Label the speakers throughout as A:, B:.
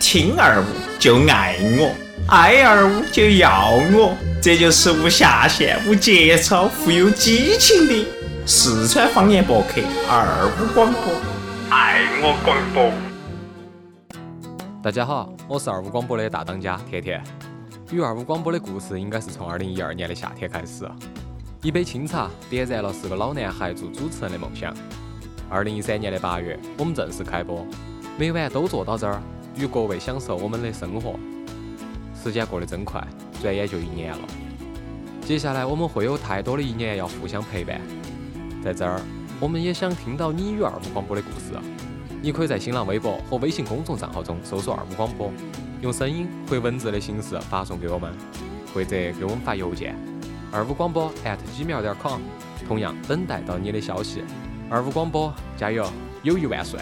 A: 亲二五就爱我，爱二五就要我，这就是无下限、无节操、富有激情的四川方言博客二五广播，爱我广播。
B: 大家好，我是二五广播的大当家甜甜。与二五广播的故事应该是从二零一二年的夏天开始，一杯清茶点燃了四个老男孩做主持人的梦想。二零一三年的八月，我们正式开播，每晚都坐到这儿，与各位享受我们的生活。时间过得真快，转眼就一年了。接下来我们会有太多的一年要互相陪伴，在这儿，我们也想听到你与二五广播的故事。你可以在新浪微博和微信公众账号中搜索“二五广播”，用声音或文字的形式发送给我们，或者给我们发邮件二五广播 at 几秒点 com，同样等待到你的消息。二五广播，加油，友谊万岁！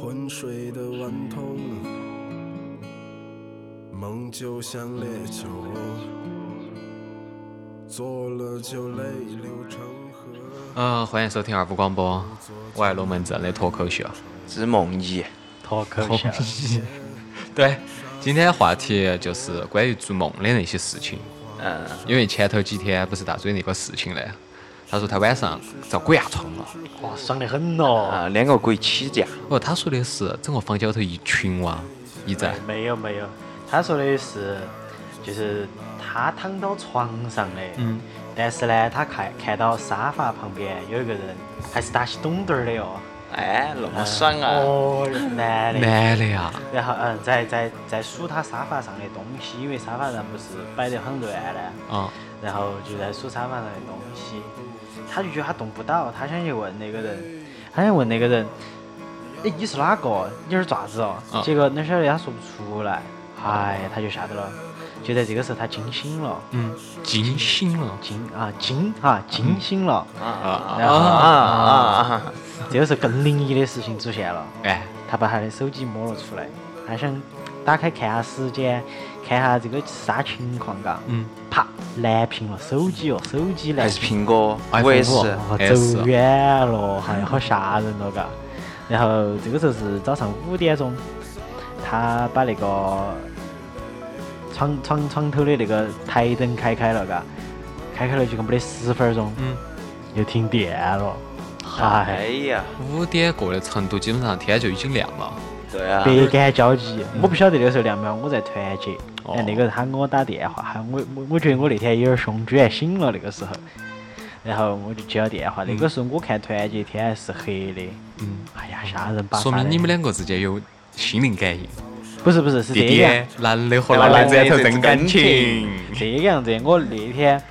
C: 昏睡的顽童，啊梦就像烈酒，啊做了就泪流成河。啊
B: 嗯，欢迎收听二五广播，我爱龙门阵的脱口秀。
D: 之梦怡，
E: 脱口秀。
B: 对，今天话题就是关于做梦的那些事情。呃
D: 嗯，
B: 因为前头几天不是大嘴那个事情嘞，他说他晚上遭鬼压床了。
E: 哇，爽得很哦咯！
D: 啊，两个鬼起架，
B: 哦，他说的是整个房间头一群娃，一在
E: 没有没有，他说的是，就是他躺到床上的，嗯，但是呢，他看看到沙发旁边有一个人，还是打起懂墩儿的哟，
D: 哎，那么爽啊！
E: 哦， 男的，
B: 男的呀，
E: 然后嗯，在在在数他沙发上的东西，因为沙发上不是摆得很乱的，
B: 啊、
E: 然后就在数沙发上的东西，他就觉得他动不到，他想去问那个人，他想问那个人，哎，你是哪个？你是爪子哦？
B: 啊
E: 结果哪晓得他说不出来，哎，他就吓到了。就在这个时候，他惊醒了，
B: 嗯，惊醒了，
E: 惊啊惊啊惊醒了，
D: 啊
E: 然后
D: 啊啊！
E: 这个时候更灵异的事情出现了，
B: 哎，
E: 他把他的手机摸了出来，他想打开看下时间，看下这个啥情况嘎，
B: 嗯，
E: 啪，蓝屏了手机哦，手机蓝
D: 还
E: 屏
D: 是。苹果，
B: iPhone
D: 我也
B: 五
D: 是。
E: 哦，
B: S
E: 走远了，哎呀，好吓人了，嘎。然后这个时候是早上五点钟，他把那个床床床头的那个台灯开开了，嘎，开开了就跟没得十分钟，
B: 嗯，
E: 又停电了，
D: 哎
E: 嗨，
D: 呀，
B: 五点过的成都基本上天就已经亮了，
D: 对啊，
E: 百感交集。我不晓得那个时候亮没有，我在团结。
B: 嗯哦
E: 哎，那个他给我打电话，喊我我我觉得我那天有点凶，居然醒了那个时候，然后我就接了电话。那个时候我看团结天还是黑的，
B: 嗯，
E: 哎呀，吓人巴
B: 说
E: 萨
B: 明
E: 的
B: 你们两个之间有心灵感应。
E: 不是不是是啊这
B: 弟
E: 个样
B: 弟，男的和
D: 然后
B: 男
D: 男
B: 的
D: 的
B: 头
D: 就
B: 真
D: 真
B: 感
D: 感
B: 情
D: 情，
E: 这个样子。我那天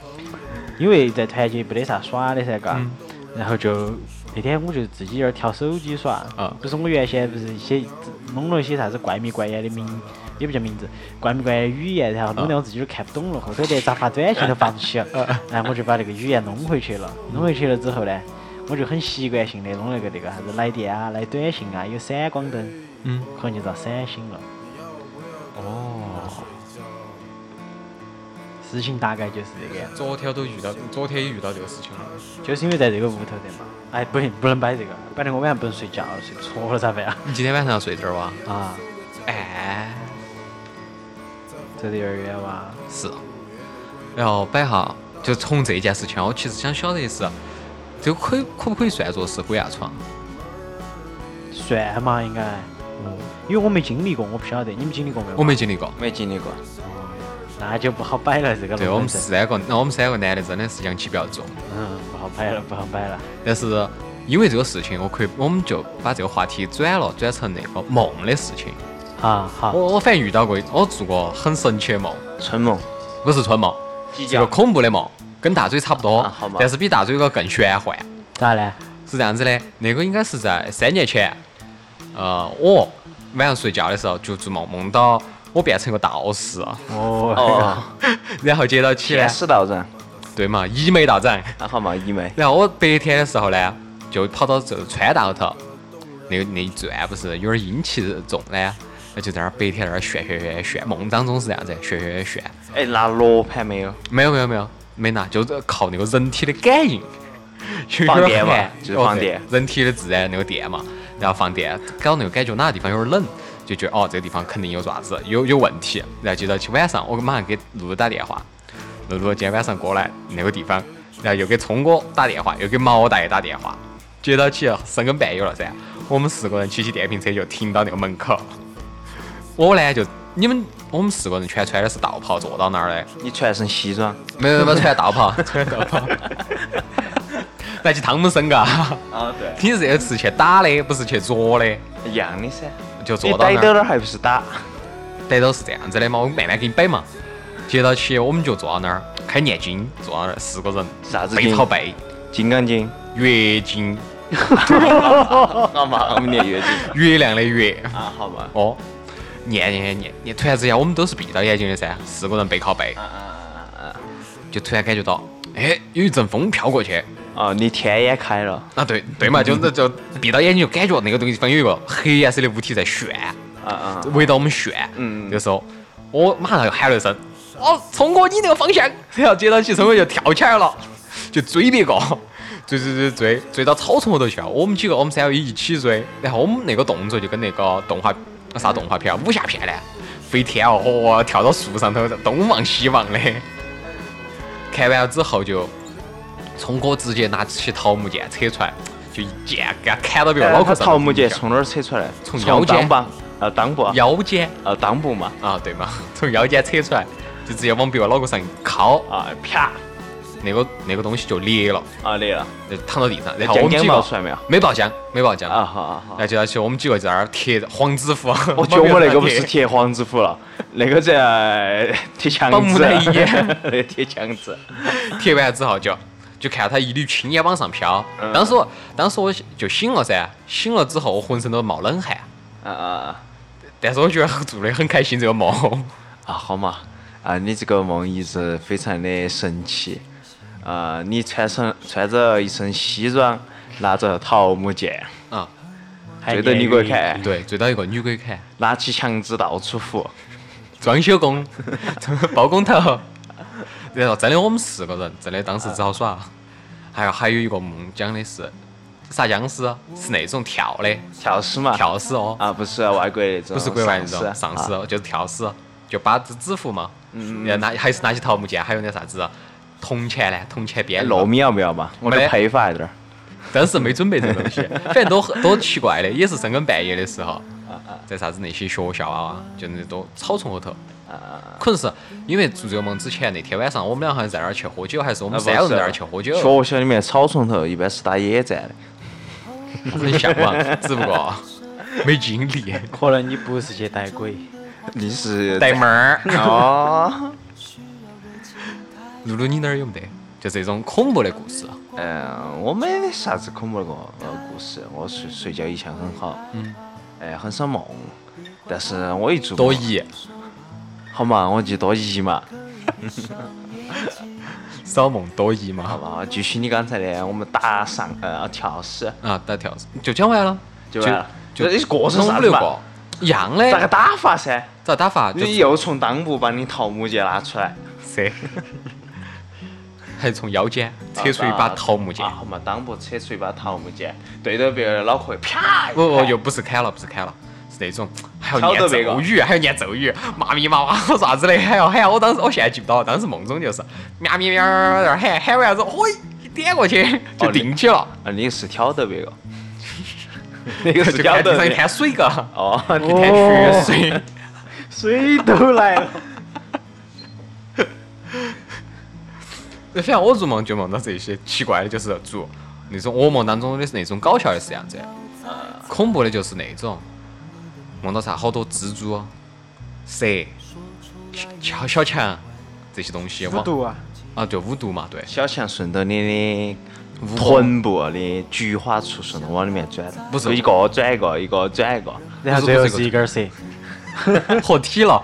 E: 因为在团结没得啥耍的噻，嘎、
B: 嗯
E: 然后就那天我就自己在那儿调手机耍。
B: 啊
E: 不是我原先不是写弄了一些啥子怪迷怪眼的名，也不叫名字，怪迷怪眼的语言，然后弄得我自己都看不懂了，或者连咋发短信都发不 起了。
B: 啊
E: 然后我就把那个语言弄回去了，弄回去了之后呢，我就很习惯性的弄了个那个啥子来电啊、来短信啊，有闪光灯，
B: 嗯，
E: 可能就遭闪醒了。
B: 哦，
E: 事情大概就是这个样子，
B: 昨天都遇到，昨天也遇到这个事情了。
E: 就是因为在这个屋头的嘛。哎，不行，不能摆这个，摆得我晚上不能睡觉，睡错了咋办啊？
B: 你今天晚上要睡这儿哇？
E: 啊，
B: 哎，
E: 走得有点远哇。
B: 是。然后摆哈，就从这件事情，我其实想晓得的是，这个可以可不可以算作是鬼压床？
E: 算嘛，应该。因为我没经历过，嗯我不晓得你们经历过没有？
B: 我没经历过。
D: 没经历过。
E: 那就不好摆了这个
B: 对
E: 龙
B: 我
E: 门
B: 们
E: 阵
B: 三个，那我们三个男的真的是阳气比较重。
E: 嗯，不好摆了，不好摆了。
B: 但是因为这个事情，我可以，我们就把这个话题转了，转成那个梦的事情。
E: 啊，好，
B: 我我反正遇到过，我做过很神奇的梦，
D: 春梦，
B: 不是春梦，
D: 即
B: 是个恐怖的梦，跟大嘴差不多
D: 啊好嘛，
B: 但是比大嘴个更玄幻。
E: 咋呢？
B: 是这样子的，那个应该是在三年前，呃，我晚上睡觉的时候就做梦，梦到我变成一个道士，
E: 哦，
D: 哦，
B: 然后接到起
D: 天
B: 来，
D: 使道人，
B: 对嘛，一眉道长。
D: 啊好嘛，一妹，
B: 然后我白天的时候呢，就跑到这个川大后头，那个那一转不是有点阴气重呢，那就在那儿白天在那儿炫炫炫炫，梦当中是这样子炫炫炫炫，
D: 哎，拿罗盘没有？
B: 没有没有没有没拿，就是靠那个人体的感应，有
D: 放
B: 点
D: 电嘛
B: 寒
D: 就是
B: 哦
D: 放
B: 对
D: 电
B: 人体的自然那个电嘛，然后放电，搞那个感觉哪个地方有点冷，就觉得哦这个地方肯定有爪子，有有问题，然后接到起晚上我马上给露露打电话，露露今天晚上过来那个地方，然后又给聪哥打电话，又给毛大爷打电话，接到起深更半夜了噻，我们四个人骑起电瓶车就停到那个门口，我呢就你们我们四个人全穿的是道袍，坐到那儿的。
D: 你穿身西装
B: 没有没有穿大袍，穿大袍。那去汤姆森嘎，
D: 啊？对，
B: 你这次去打的，不是去捉的，
D: 一样的噻。
B: 就
D: 你
B: 坐到
D: 逮
B: 那
D: 到
B: 儿。
D: 那儿还不是打？
B: 逮到是这样子的嘛，我慢慢给你摆嘛。接到起，我们就坐到那儿开念经，坐到那儿四个人，
D: 啥子
B: 背
D: 经
B: 朝背，
D: 金刚经。
B: 月经，
D: 好
B: 啊
D: 嘛，我们念月经。
B: 月亮的月，
D: 啊，好嘛。
B: 哦，念念念念，突然之间我们都是闭到眼睛的噻，四个人背靠
D: 啊
B: 背，就突然感觉到，哎，有一阵风飘过去，
D: 哦，你天眼开了。
B: 啊，对对嘛，就是就闭到眼睛就感觉那个东西方有一个黑颜色的物体在旋，
D: 啊啊。
B: 围到我们旋。
D: 嗯
B: 这时候我马上就喊了一声：“哦，聪哥，你那个方向！”然后接到起，聪哥就跳起来了，就追别个， 追追追追追到草丛后头去了。我们几个，我们三个一起追，然后我们那个动作就跟那个动画啥动画片啊，武侠片呢，飞天哦，哦，跳到树上头东望西望的。看完了之后就，聪哥直接拿起桃木剑扯出来，就一剑给他砍到别个哎脑壳
D: 哎他
B: 上。
D: 桃木剑从哪儿扯出来？
B: 从腰
D: 从
B: 间
D: 裆部。啊，裆部啊。
B: 腰间
D: 啊，裆部嘛。
B: 啊，对嘛， 从腰间扯出来，就直接往别个脑壳上一敲，
D: 啊，啪。
B: 那个那个东西就裂了，
D: 啊，裂了。
B: 就躺到地上。然后
D: 浆
B: 哎我们几
D: 浆
B: 个
D: 冒出来没有？
B: 没爆浆，没爆浆。
D: 啊，好好好
B: 然。后接到起我们几个在那儿贴黄纸符。
D: 我觉得我那个不是
B: 贴
D: 贴黄纸符了，那 个在贴墙
B: 绑木
D: 纸
B: 乃伊，
D: 那个贴墙纸。
B: 贴完之后就就看他一缕青烟往上飘。
D: 嗯
B: 当时我当时我就醒了噻，醒了之后我浑身都冒冷汗，
D: 啊啊啊！
B: 但是我觉得 做的很开心这个 梦。
D: 啊，好嘛，啊，你这个梦一直非常的神奇，啊，你穿上穿着一身西装，拿着桃木剑，
B: 啊，
E: 还
D: 追着女鬼看，
B: 对，追到一个女鬼砍，
D: 拿起墙纸到处扶，
B: 装修工， 包工头。然后真的我们四个人，真的当时
D: 啊
B: 只好耍。还有还有一个梦讲的是杀僵尸，啊是那种跳的
D: 跳尸嘛，
B: 跳尸哦，
D: 啊，不是外国那种，
B: 不是国外那
D: 丧
B: 种
D: 尸
B: 丧尸
D: 啊，嗯
B: 哦，就是跳尸，就把纸纸糊嘛，然后拿还是拿起桃木剑，还有那啥子啊铜钱呢，铜钱
D: 哎
B: 编
D: 糯，米要不要嘛？我
B: 没
D: 的
B: 得
D: 配法有点儿，
B: 当时没准备这个东西，反正多多奇怪的，也是深更半夜的时候，在啥子那些学校啊，就那都草丛后头。可能是因为做这个梦之前那天晚上，我们俩好像在那儿去喝酒，还是我
D: 我
B: 们三个人在那儿去喝酒，
D: 学校里面草丛头一般是打野战的，
B: 很向往，只不过没精力。
E: 可能你不是去逮鬼，
D: 你是
B: 带妹儿，
D: 哦，
B: 露露你那儿有没得？就这种恐怖的故事，
D: 嗯，我没啥子恐怖的个呃故事，我睡睡觉印象很好，
B: 嗯，
D: 哎，很少梦，但是我一做
B: 多
D: 梦，
B: 疑，
D: 好嘛，我就多疑嘛，
B: 少梦多疑
D: 好
B: 嘛。
D: 吧，继啊续你刚才的，我们打上呃跳死，
B: 啊，打跳绳就讲完了，
D: 就完了
B: 就
D: 这一个是啥
B: 弄
D: 子
B: 五六
D: 嘛
B: 个，一样
D: 咋个
B: 的，
D: 打法噻？
B: 咋打法？就
D: 你又从裆部把你桃木剑拿出来，
B: 这，还从腰间扯出一把桃木剑
D: 啊，，好嘛，裆部扯出一把桃木剑，对着别人的脑壳啪，
B: 不不，又不是砍了，不是砍了，是那种还要念
D: 敲着别个
B: 咒语，还要念咒语，麻咪麻哇 啥子的，还要喊。我当时我现在记不到，当时梦中就是喵喵喵在那儿喊，喊完了之后，嘿，一点过
D: 哦
B: 去就定起了，
D: 啊，你是挑逗 别个，那个 是
B: 就
D: 挑
B: 看
D: 逗
B: 地上
D: 别
B: 一
D: 个，
B: 滩水个，
D: 哦，你
B: 一滩血水。
E: 水都来 了。
B: 反正我做梦就梦到这些奇怪的，就是做那种我梦当中的那种搞笑的是这样子的，恐怖的就是那种梦到啥好多蜘蛛、蛇、小小强这些东西，
E: 孤
B: 往
E: 独啊，
B: 啊对五毒嘛，对，
D: 小强顺着你的臀部的菊花处顺着往里面转，
B: 不是啊
D: 就一个转一个，一个转一个，
E: 然后
B: 不是
E: 最后
B: 不是
E: 是一根蛇，
B: 合体了。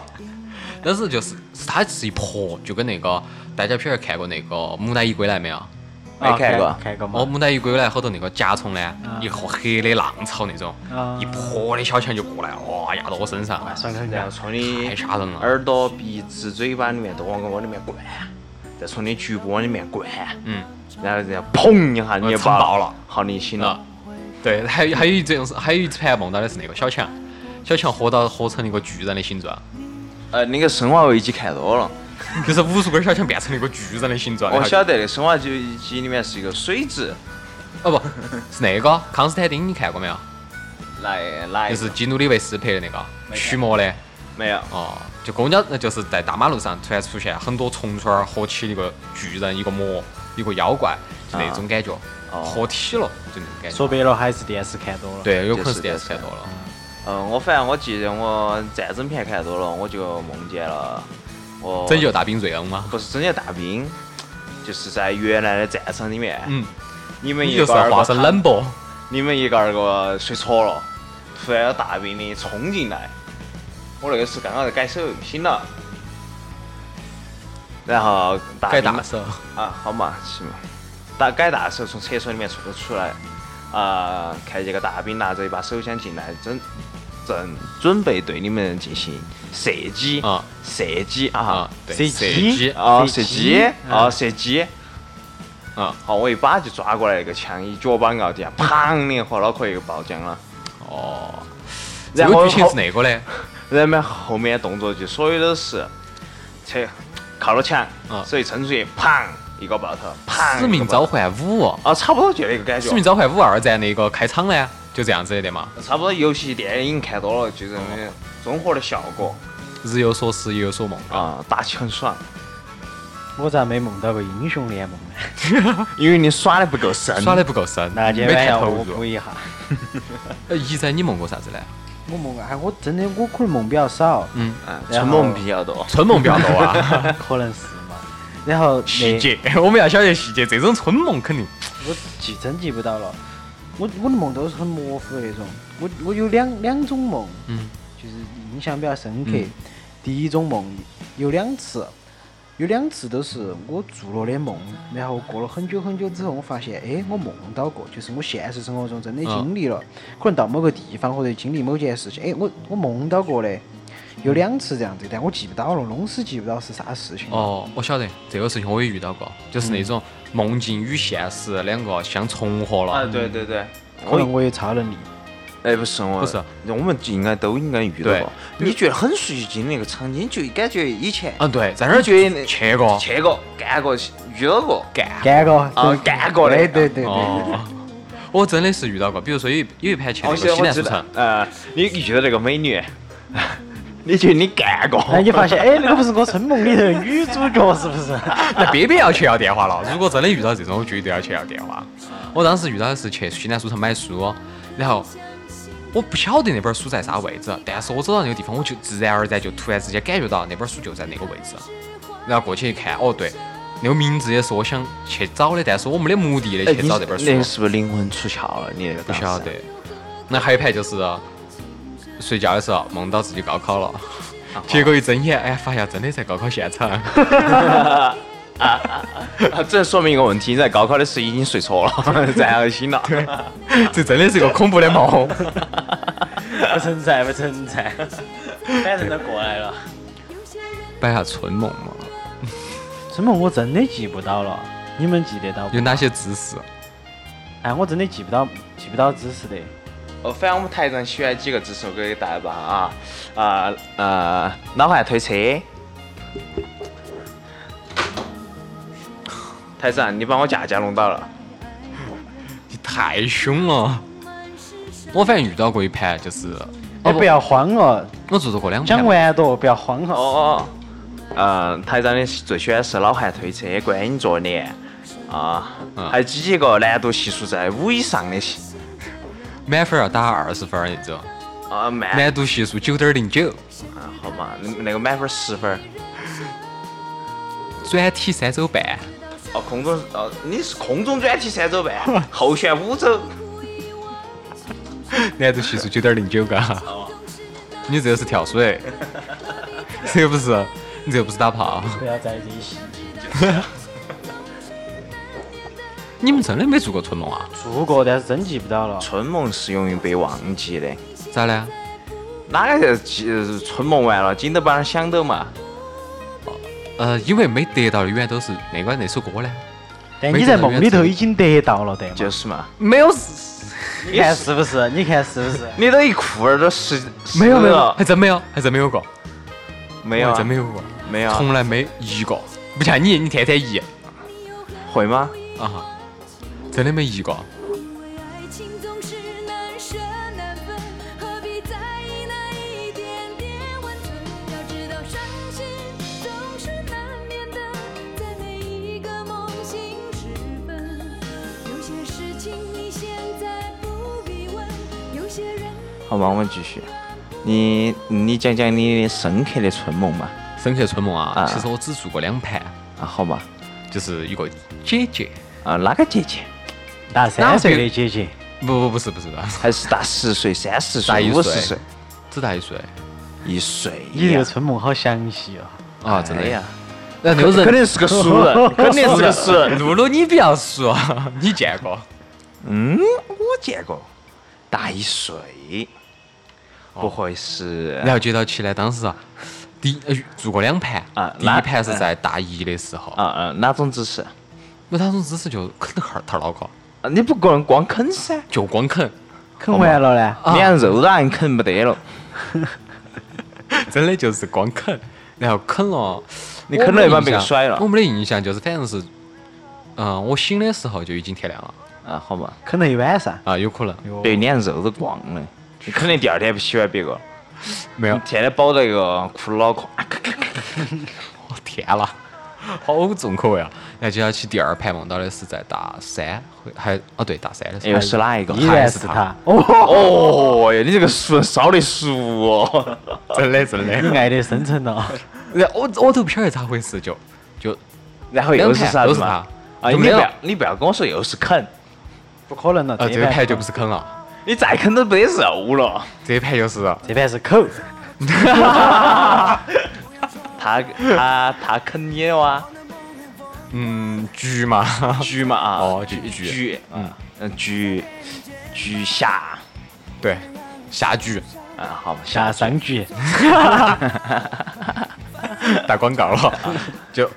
B: 但是就是是它是一坨，就跟那个大家平时看过那个《木乃伊归来》没有？
D: 没看过
E: 啊看过
B: 哦，
E: 嘛？
B: 《牡丹鱼归来》后头那个甲虫呢，一坨黑的浪潮那种，
E: 啊
B: 一泼的小强就过来，哇，压到我身上，
E: 算看
D: 然后
E: 看，
D: 从你
B: 太吓人了
D: 耳朵、鼻子、嘴巴里面都往往里面灌，再从你局部往里面灌，
B: 嗯，呃
D: 然后人家砰一下你就
B: 撑爆了，
D: 好，你醒
B: 啊
D: 了。，
B: 对，还有还有一种是，还有一盘梦到的是那个小强，小强活到活成了一个巨人的形状，
D: 呃，那个《生化危机》看多了，
B: 就是无数根小强变成了一个巨人的形状。
D: 我
B: 然后
D: 哦晓得的，《生化危机》里面是一个水蛭，
B: 哦不，是那个康斯坦丁，你看过没有？
D: 来来，
B: 就是基努里维斯拍的那个驱魔的
D: 没有。
B: 哦，就公交呃就是在大马路上突然出现很多虫虫儿合起的一个巨人，一个魔，一个妖怪，就那种感觉，
D: 哦
B: 合体了就那种感觉。
E: 说白了还是电视看多了。，
B: 对，有可能
D: 就是是
B: 电
D: 电
B: 视
D: 视
B: 看多了。
D: 嗯，我反正我记得我战争片看多了，我就梦见了我
B: 拯救大兵瑞恩吗？
D: 不是拯救大兵，就是在越南的战场里面，
B: 嗯，
D: 你们
B: 你
D: 一
B: 就是
D: 个二
B: 化
D: 个
B: 身
D: 坦
B: 冷漠。
D: 你们一个二个睡着了，突然有大兵的冲进来，我那个是刚刚在改手醒了，然后大
B: 改
D: 兵
B: 大手，
D: 啊，好嘛，行嘛，大改大手从厕所里面出出来，啊、看见个大兵拿着一把手枪进来，正正准备对你们进行射击
B: 啊
D: 射击
B: 啊
D: 啊，
B: 对，
E: 射
B: 射
E: 击
B: 击
D: 啊
E: 射
D: 射
E: 击
D: 击啊射击。
B: 啊，
D: 好，我一把就抓过来那个枪，一脚把奥迪啊，砰的，和脑壳又爆浆了。
B: 哦，这
D: 然后
B: 个剧情是那个嘞，
D: 然后嘛后面动作就所有都是，车靠了墙
B: 嗯，
D: 手一撑出去，砰一个爆头，砰
B: 《使命召唤五》哦《
D: 啊，差不多就那个感觉
B: 使。命召唤五二》在那个开场呢，就这样子的嘛。
D: 差不多游戏、电影看多了，就这种综合的效果
B: 日有所思，夜有所梦。
D: 啊，打起很爽。
E: 我咋没梦到过英雄联盟呢？
D: 因为你耍的不够深，
B: 耍得不够深，
E: 那今
B: 没看
E: 天晚上
B: 投
E: 我补
B: 入。
E: 一下。
B: 呃，一仔，你梦过啥子呢？
E: 我梦哎，我真的我可能梦比较少，
B: 嗯，
D: 嗯，
E: 然
D: 成
E: 后
D: 蒙比较多。
B: 春梦不要多 啊，
E: 可能是嘛。然后
B: 细
E: 那
B: 节， 我们要晓得细节。这种春梦肯定
E: 我记真记不到了，我我的梦都是很模糊的那种。我我有两两种梦，
B: 嗯，
E: 就是印象比较深刻。
B: 嗯
E: 第一种梦有两次，有两次都是我做了的梦，然后过了很久很久之后，我发现，哎，我梦到过，就是我现实生活中真的经历了，可能到某个地方或者经历某件事情，哎，我我梦到过的，有两次这样子，但我记不到了，弄死记不到是啥事情了。
B: 哦，我晓得这个事情我也遇到过，就是那种梦境与现实两个相重合
D: 啊，
B: 了。
D: 对对对，
E: 可能我有超能力。
D: 哎，不是我，
B: 不是，
D: 我们应该都应该遇到
B: 对
D: 过。你觉得很熟悉经历那个场景，就感觉以前
B: 嗯，对，在那儿
D: 觉得
B: 去过
D: 去过、干过、遇到过，
B: 干
E: 干过，
D: 哦
E: 对
D: 干过的
E: 对对对对。
B: 哦，我真的是遇到过，比如说有一有一盘去那
D: 我
B: 个
D: 记得
B: 西
D: 哦我
B: 南
D: 知
B: 书
D: 道
B: 城，，
D: 呃，你遇到那个美女， 你觉得你干过？
E: 然后你发现，哎，那个不是我春梦里头的女主角是不是？
B: 那边边要去要电话了。如果真的遇到这种，我绝对要去要电话。我当时遇到的是去西南书城买书，然后我不晓得那本书在啥位置，但是我走到那个地方，我就自然而然就突然之间感觉到那本书就在那个位置，然后过去一看，哦对，那个名字也是我想去找的，但是我没得目的的
D: 哎
B: 去
D: 你
B: 找这本书。
D: 那是不是灵魂出窍了？你那个
B: 不
D: 当时
B: 晓得。那还有一盘就是睡觉的时候梦到自己高考了， 结果一睁眼，哎，发现真的在高考现场。
D: 啊， 这说明一个问题，你在高考的时候已经睡着了， 然后醒了。
B: 这真的是个恐怖的梦。
E: 不存在，不存在，反正都过来了。
B: 摆下春梦嘛，
E: 春梦我真的记不到了，你们记得到不
B: 有？哪些姿势？
E: 哎，我真的记不到，记不到知识的。
D: 哦，反正我们台上喜欢几个字手给大家吧啊啊呃，老汉推车。台长，你把我架架弄到了。
B: 你太凶了。我反正遇到过一盘，就是
E: 哎，不要慌哦，
B: 我做过两盘
E: 讲。完多，不要慌
D: 哦
E: 哦。
D: 哦。嗯，台长的最喜欢是老汉推车，观音坐莲啊
B: 嗯，
D: 还有几个难度系数在五以上的系
B: 满分要打二十分儿那种，
D: 啊慢
B: 难度系数九点零九，
D: 啊，好嘛，那那个满分十分儿。
B: 转体三周半。
D: 哦，空中哦，你是空中转体三周半，后旋五周。
B: 难度系数九点零九个。你这个是跳水，这个不是，你这个不是打炮。
E: 不要在这里细。
B: 你们真的没做过春梦啊？
E: 做过，但是真记不到了。
D: 春梦是容易被忘记的，
B: 咋嘞？
D: 哪个记春梦完了，紧都把人想到嘛。
B: 呃，因为没得到的永远都是那个那首歌嘞。
E: 但你在梦里头已经得到了，对吗？
D: 就是嘛，
B: 没有，
E: 你看是不是？你看是不是？
D: 你都一哭儿都十
B: 没有，没有，
D: 了，
B: 还真没有，还真没有过，
D: 没有
B: 我
D: 啊
B: 还真没有过，
D: 没有啊
B: 从来没一个，不像你，你天天一
D: 会吗？
B: 啊，真的没一个。
F: 爱情总是难舍难分，何必在意那一点点温存？要知道，伤心总是难免的，在每一个梦醒时分。有些事情你现在不必问，有些人。
D: 好嘛，我们继续。你你讲讲你的深刻的春梦嘛？
B: 深刻春梦啊
D: 啊，
B: 其实我只做过两盘，
D: 啊，好嘛。
B: 就是一个姐姐，
D: 啊，哪个姐姐？
E: 大三岁的姐姐，
B: 不不不是不是的，
D: 还是大十岁、三十
B: 大
D: 岁、
B: 一
D: 五
B: 岁
D: 十岁？
B: 只大一岁
D: 一岁呀。
E: 你这个春梦好详细哦。
B: 啊，真的
D: 哎呀。，
B: 那那个
D: 肯
B: 人，
D: 定是个 熟人，肯定是个熟人。
B: 露露你比较熟， 你见过？
D: 嗯，我见过，大一岁，不会是
B: 然后接到起来，当时啊，第一呃做过两盘
D: 啊
B: 第一
D: 那
B: 盘是在大一的时候，
D: 啊啊哪种姿势？
B: 那他种姿势就啃哈儿头脑壳，
D: 啊，你不可能光啃噻，
B: 就光啃，
E: 啃完了呢，
D: 脸上肉都让人啃没得了。
B: 真的就是光啃， 然后啃了，
D: 你啃了一半被人甩了
B: 我没得印象，就是反正是，嗯，我醒的时候就已经天亮了
D: 啊，好嘛，
E: 啃了一晚上。
B: 啊，有可能
D: 对，脸上肉都光了，你肯定第二天不喜欢别个，
B: 没有
D: 你，天天抱着一个骷髅脑壳，啊
B: 我天啦， 好重口味啊！然后接下去第二盘梦到的是在大三，还哦对大三的时
D: 又
B: 候，
D: 哎是哪一个？
E: 依然是他。哦，
D: 哦哟，你这个熟人烧的熟哦！
B: 真的真的。
E: 你爱得深沉哦了。
B: 然后我我都不晓得咋回事，就就
D: 然后又是啥
B: 都
D: 子
B: 是他
D: 嘛？啊，
B: 就
D: 你
B: 没
D: 不
B: 了
D: 要你不要跟我说又是啃，
E: 不可能了，
B: 呃这一
E: 盘
B: 盘就不是坑了，
D: 你再啃都没得肉了。
B: 这一盘就是
E: 这盘是口，
D: 他他他啃你了啊？
B: 嗯局嘛，
D: 菊嘛啊？
B: 哦
D: 菊
B: 菊
D: 菊，嗯嗯菊菊下，
B: 对下局
D: 嗯好嘛
E: 下
D: 下
E: 商局，
B: 打广告了， 就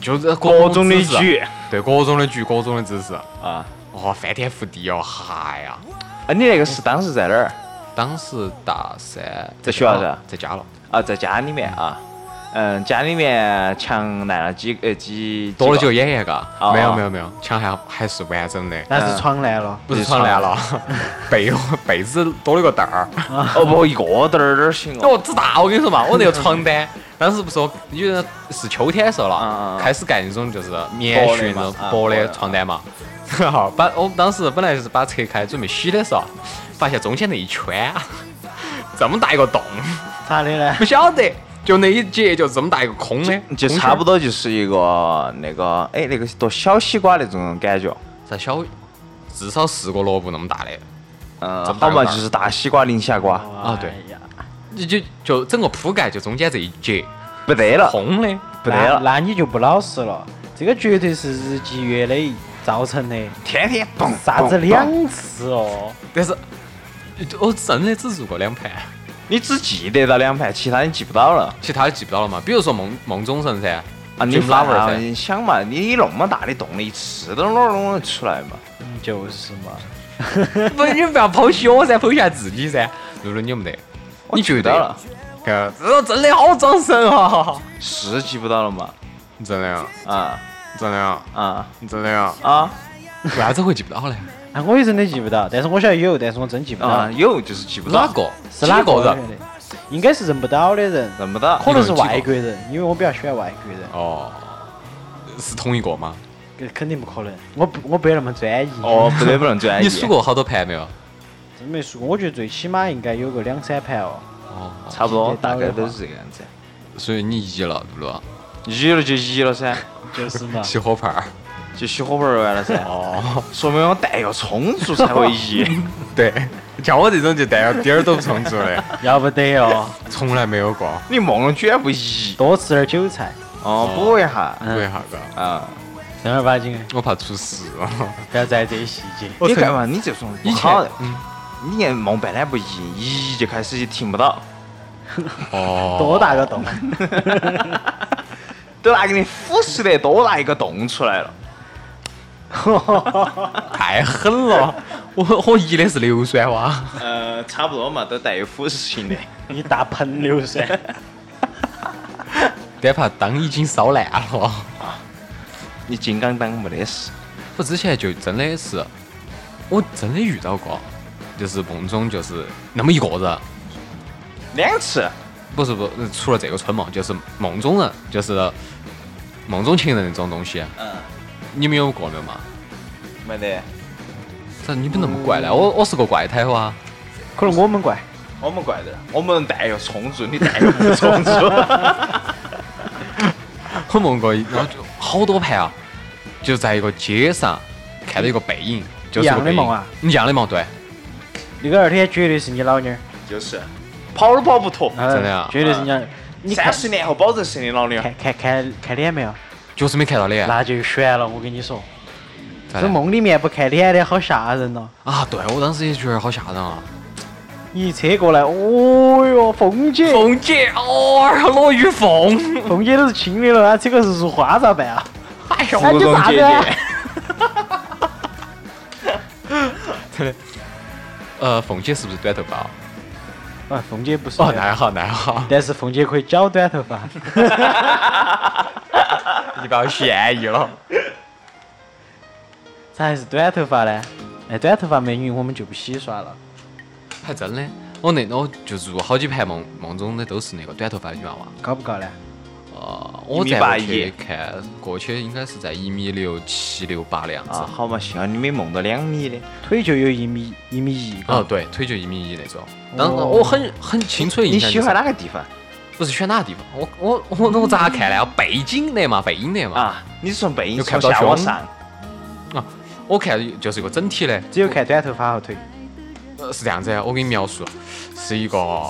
B: 就是
D: 各种的
B: 姿势
D: 菊
B: 对各种的局，各种的姿势，
D: 啊。
B: 哇翻天覆地哦，哈呀！
D: 啊，你那个是当时在哪儿？
B: 当时大三
D: 在学校噻
B: 在家了，
D: 啊，在家里面啊。嗯，家里面强来了几呃几
B: 多了
D: 几个
B: 就演一个
D: 哦，
B: 没有没有没有，墙还还是完整的，
E: 那是闯烂了。
B: 嗯不是床烂了， 被被子多了个袋儿。
D: 哦不一个点儿点儿行哦。
B: 哦，只大，我跟你说嘛，我那个床单，当时不是我，因为是秋天的时候了
D: 嗯嗯，嗯
B: 开始盖那种就是棉絮那种薄
D: 薄的嘛啊
B: 的
D: 嗯
B: 床单嘛。 好，把我们当时本来就是把拆开准备洗的时候，发现中间那一圈啊 这么大一个洞，
E: 咋的呢？
B: 不晓得，就那一节就这么大一个空的，
D: 就
B: 空
D: 差不
B: 多
D: 多就是一个那个，哎，那个多小西瓜那种感觉，
B: 才小，至少四个萝卜那么大的，
D: 嗯
B: 这，么大
D: 好
B: 个
D: 嘛，
B: 哪儿
D: 就是大西瓜、零下瓜，
B: 啊对
E: 哎呀，
B: 就就就整个铺盖就中间这一节
D: 不得了，
B: 空的，
D: 不得了，
E: 那那你就不老实了。这个绝对是日积月累造成的，
D: 天天蹦
E: 啥子？
D: 蹦蹦
E: 两次哦。
B: 但是我真的只入过两盘。
D: 你只记得到两盘，其他你记不到了
B: 其他的记不到了嘛。比如说梦梦中神噻，
D: 啊！你
B: Jim
D: 反
B: Lover
D: 而
B: 噻，
D: 你想嘛，你那么大的洞里，一次都哪儿弄得出来嘛？
E: 嗯，就是嘛。
B: 不，你不要剖析我噻，剖析下自己噻。露露你没得，
D: 我
B: 你觉
D: 记不
B: 得
D: 到了，？
B: 呃，这个真的好啊装神哈，
D: 是记不到了嘛？
B: 真的呀，
D: 啊
B: 真的呀，
D: 啊
B: 真的 呀，
D: 啊
B: 为啥子会记不到呢？
E: 啊，我也真的记不到，但是我晓得有，但是我真记不到
D: 啊！。有就是记不
B: 哪
D: 到，
B: 个？
E: 是哪
B: 几个啊
E: 个
B: 人？？
E: 应该是认不到的人，
D: 认不到
E: 可能是
B: 一共有几个
E: 外国人，因为我比较喜欢外国人。
B: 哦，是同一个吗？
E: 呃肯定不可能，我不我不要那么专一。
D: 哦，不得不能专业。
B: 你数过好多盘没有？
E: 真没数过，我觉得最起码应该有个两三盘哦。
B: 哦，
D: 差不多
E: 记，得到
D: 大
E: 的
D: 概
E: 话
D: 都是这个样子。
B: 所以你一了，露露，
D: 一了就一了噻，
E: 就 是嘛，
B: 起火盘儿。
D: 就洗火盆儿完了噻。
B: 哦，
D: 说明我蛋要充足才会 一。
B: 对，像我这种就蛋糕点儿都不充足 的，
E: 要不得哦，
B: 从来没有过。
D: 你梦龙居然不一
E: 多吃点韭菜。
D: 哦，补一下
B: 为啥子？
D: 啊！
E: 正儿八经的，
B: 我怕出事。
E: 不要在意这些细节。
D: 你看嘛，你这种不好的，你连梦半点不移，一就开始就听不到，
B: 哦，
E: 多大 个洞？啊
D: 都拿给你腐蚀得多大一个洞出来了。
B: 太狠了！我我移的是硫酸蛙，
D: 呃，差不多嘛，都带有腐蚀性的。
E: 一大盆硫 酸，
B: 但怕灯已经烧烂了。
D: 你金刚当没得事，
B: 我之前就真的是，我真的遇到过，就是梦中就是那么一个人，
D: 两次
B: 不是不是除了这个春梦，就是梦中人，就是梦中情人那种东西。啊
D: 嗯，
B: 你们有过没有嘛？
D: 没得。
B: 咋你们那么怪呢？我我是个怪胎啊花，
E: 可能我们怪。
D: 我们怪的，我们带有充足，你带有不充足。
B: 我梦过一，然后就好多盘啊，就在一个街上看到一个背影，就是个背
E: 一样的
B: 影
E: 梦啊，
B: 一样的梦，对，
E: 那个二天绝对是你老娘儿，
D: 就是，跑都跑不脱。
E: 嗯
B: 真的啊
E: 绝对是你老娘儿。你看
D: 三十年后保证是你老娘。
E: 看看看看脸没有？
B: 就是没看到脸。
E: 那就悬了，我跟你说，
B: 咋
E: 这
B: 的
E: 梦里面不看脸的好吓人哦。
B: 啊，对我当时也觉得好吓人啊！
E: 你一车过来，哦哟，凤姐，
B: 凤姐，哦，罗玉凤，
E: 凤姐都是亲的了，那这个是如花咋办啊？
B: 哎呦，
E: 那你咋办
D: 姐姐
E: 啊？，
B: 呃，凤姐是不是短头发？
E: 啊，凤姐不是
B: 哦，
E: 的，
B: 那好，那好，
E: 但是凤姐可以绞短头发。
B: 你把我嫌疑了。
E: 咋还是短头发呢？哎，短头发美女我们就不洗刷了。
B: 还真的，我那我就入好几盘梦，梦中的都是那个短头发的女娃娃。
E: 高不高呢？
B: 呃，我
D: 一米
B: 再
D: 八
B: 过去
D: 一
B: 看过去应该是在一米六七六八的样子
D: 啊，。好嘛，幸好你没梦到两米的。
E: 腿就有一米一米一高。
B: 哦，对，腿就一米一那种。当时
E: 哦
B: 我很很清楚的
D: 你
B: 印象、
D: 喜欢？哪个地方
B: 不是喜欢哪个地方？我我我我咋看呢？背景的嘛，背影的嘛。
D: 啊？你是从背影
B: 又看
D: 从
B: 不到
D: 下往
B: 胸
D: 上，
B: 啊，我看就是一个整体的，
E: 只有看短头发和
B: 哦
E: 腿。
B: 呃，是这样子，我给你描述，啊是一个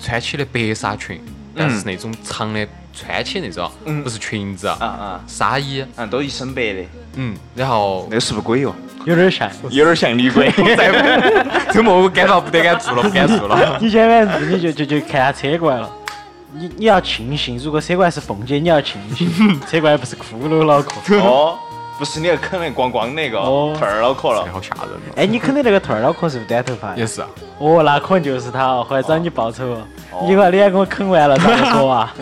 B: 穿起的白纱裙，但是是那种长的穿起那种，
D: 嗯
B: 不是裙子，
D: 啊啊，
B: 纱衣，
D: 嗯，都一身白的，
B: 嗯，然 后
D: 那是不是鬼哟？
E: 有点像。
D: 有点像女鬼。
B: 这么我感到不得敢做了，不敢做了。
E: 你千万你就就就看他车过来了，你你要庆幸，如果车过来是凤姐，你要庆幸 车过来不是骷髅脑壳。
D: 哦，不是你要啃那光光那个
E: 哦
D: 兔儿脑壳了。
B: 好吓人了，
E: 哎，你肯定那个兔儿脑壳是不是短头发呀
B: 也？是啊，
E: 哦，那可能就是他哦，回来找你报仇哦。你把脸给我啃完了再说啊。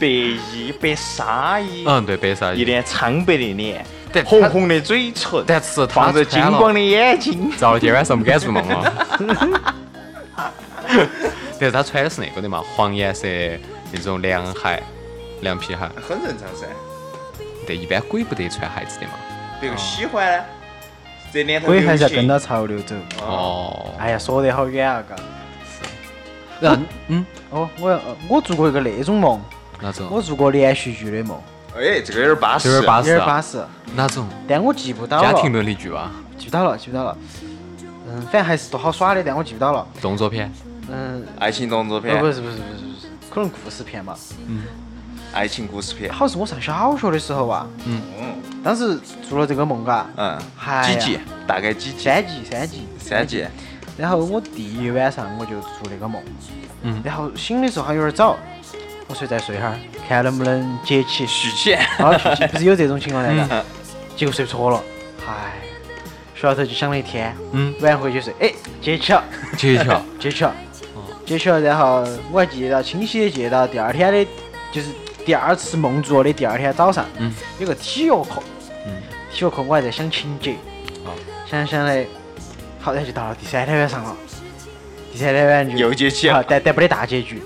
D: 白衣白纱衣，
B: 嗯，对，白纱
D: 一
B: 衣，
D: 脸苍白的脸，
B: 但
D: 红
B: 他，
D: 红的嘴唇，
B: 但是他
D: 放着金
B: 穿了
D: 光的眼睛。
B: 遭了今晚上不敢做梦了。但是他穿的是那个的嘛，黄颜色那种凉鞋、凉皮鞋，
D: 很正常噻。
B: 但一般鬼不得穿鞋子的嘛。
D: 别个喜欢啊呢，这年头
E: 鬼还是要
D: 流行
E: 跟到潮流走。
B: 哦，
E: 哎呀，说得好远啊，嘎。
B: 那嗯，
E: 哦，我呃我做过一个那种梦，
B: 哪种？
E: 我做过连续剧的梦，
D: 哎，这个有点巴适，
B: 有嗯点巴
E: 有
B: 适
E: 点
B: 啊
E: 巴，适，
B: 哪种？
E: 但我记不到
B: 家
E: 了，
B: 庭伦理剧吧，
E: 记不到了，记不到了。嗯，反正还是多好耍的，但我记不到了。
B: 动作片，
E: 嗯，
D: 爱情动作
E: 呃
D: 片
E: 不，是不是不是不是，可能故事片嘛。
D: 爱情故事片，
E: 好像是我上小学的时候吧，
D: 嗯
E: 当时做了这个梦，嘎，
D: 嗯，
E: 嗨
D: 几
E: 呀
D: 集？大概几集？
E: 三级三级。
D: 三集。
E: 然后我第一晚上我就做那个梦，
B: 嗯
E: 然后醒的时候还有点早，我说再睡哈儿，看能不能接起。
D: 续集。
E: 然后去去不是有这种情况来
B: 嗯
E: 的，结果睡不着了，嗨，睡到头就想了一天，
B: 嗯，
E: 晚上回去睡，哎，接起了，
B: 接一条，
E: 接起了，
B: 嗯
E: 接起了，然后我还记得清晰的记得第二天的，就是第二次梦做的第二天早上，
B: 嗯，
E: 有个体育课，
B: 嗯，
E: 体育课我还在想情节，
B: 哦
E: 想想嘞，好，然后就到了第三天晚上了，第三天晚上就
D: 又接起了
E: 啊但但没得大结局。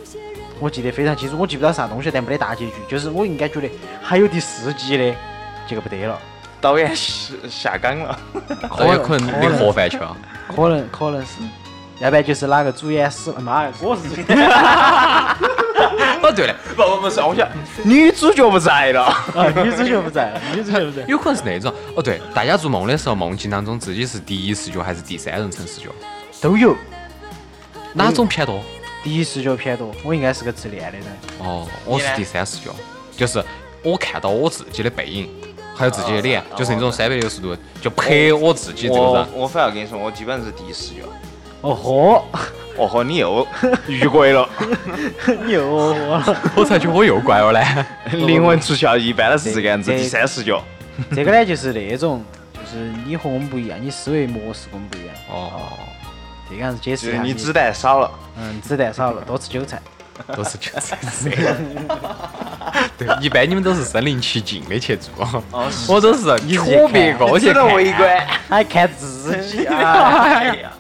E: 我记得非常清楚，我记不到啥东西，但没得大结局，就是我应该觉得还有第四季的，结果不得了，
D: 导演下下岗了，
E: 可
B: 那
E: 能
B: 有可能领盒饭去了。
E: 可能可能是，要不然就是哪个主演死了，妈呀，我是
B: 哦，对了，
D: 不不不是，我想女主角不在了，
E: 啊，女主角不在了，女主角不在了，
B: 有可能是那种。哦，对，大家做梦的时候，梦境当中自己是第一视角还是第三人称视角？
E: 都有。
B: 哪种偏多？
E: 第一视角偏多，我应该是个自恋的人。
B: 哦，我是第三视角，就是我看到我自己的背影还有自己的脸，就是那种三百六十度就拍我 自己这个
D: 我
B: 人。
D: 我反而跟你说，我基本上是第一视角。
E: 哦豁，
D: 哦豁，你又 遇鬼 了，
E: 又哦豁了。
B: 我才觉得我又怪了哦嘞。
D: 灵魂出窍一般都是这个样子。
E: 对
D: 第三视角，
E: 这个呢，就是那种，就是你和我们不一样，你思维模式跟我们不一样。
B: 哦，
E: 这个样子解释一
D: 就是
E: 下
D: 你子弹少了。
E: 嗯，子弹少了，多吃韭菜。
B: 都是韭菜 色。对，一般你们都是身临其境的去做，我哦都是扯别个我去看，
D: 哎
E: 还哎看自己啊！
B: 哎呀，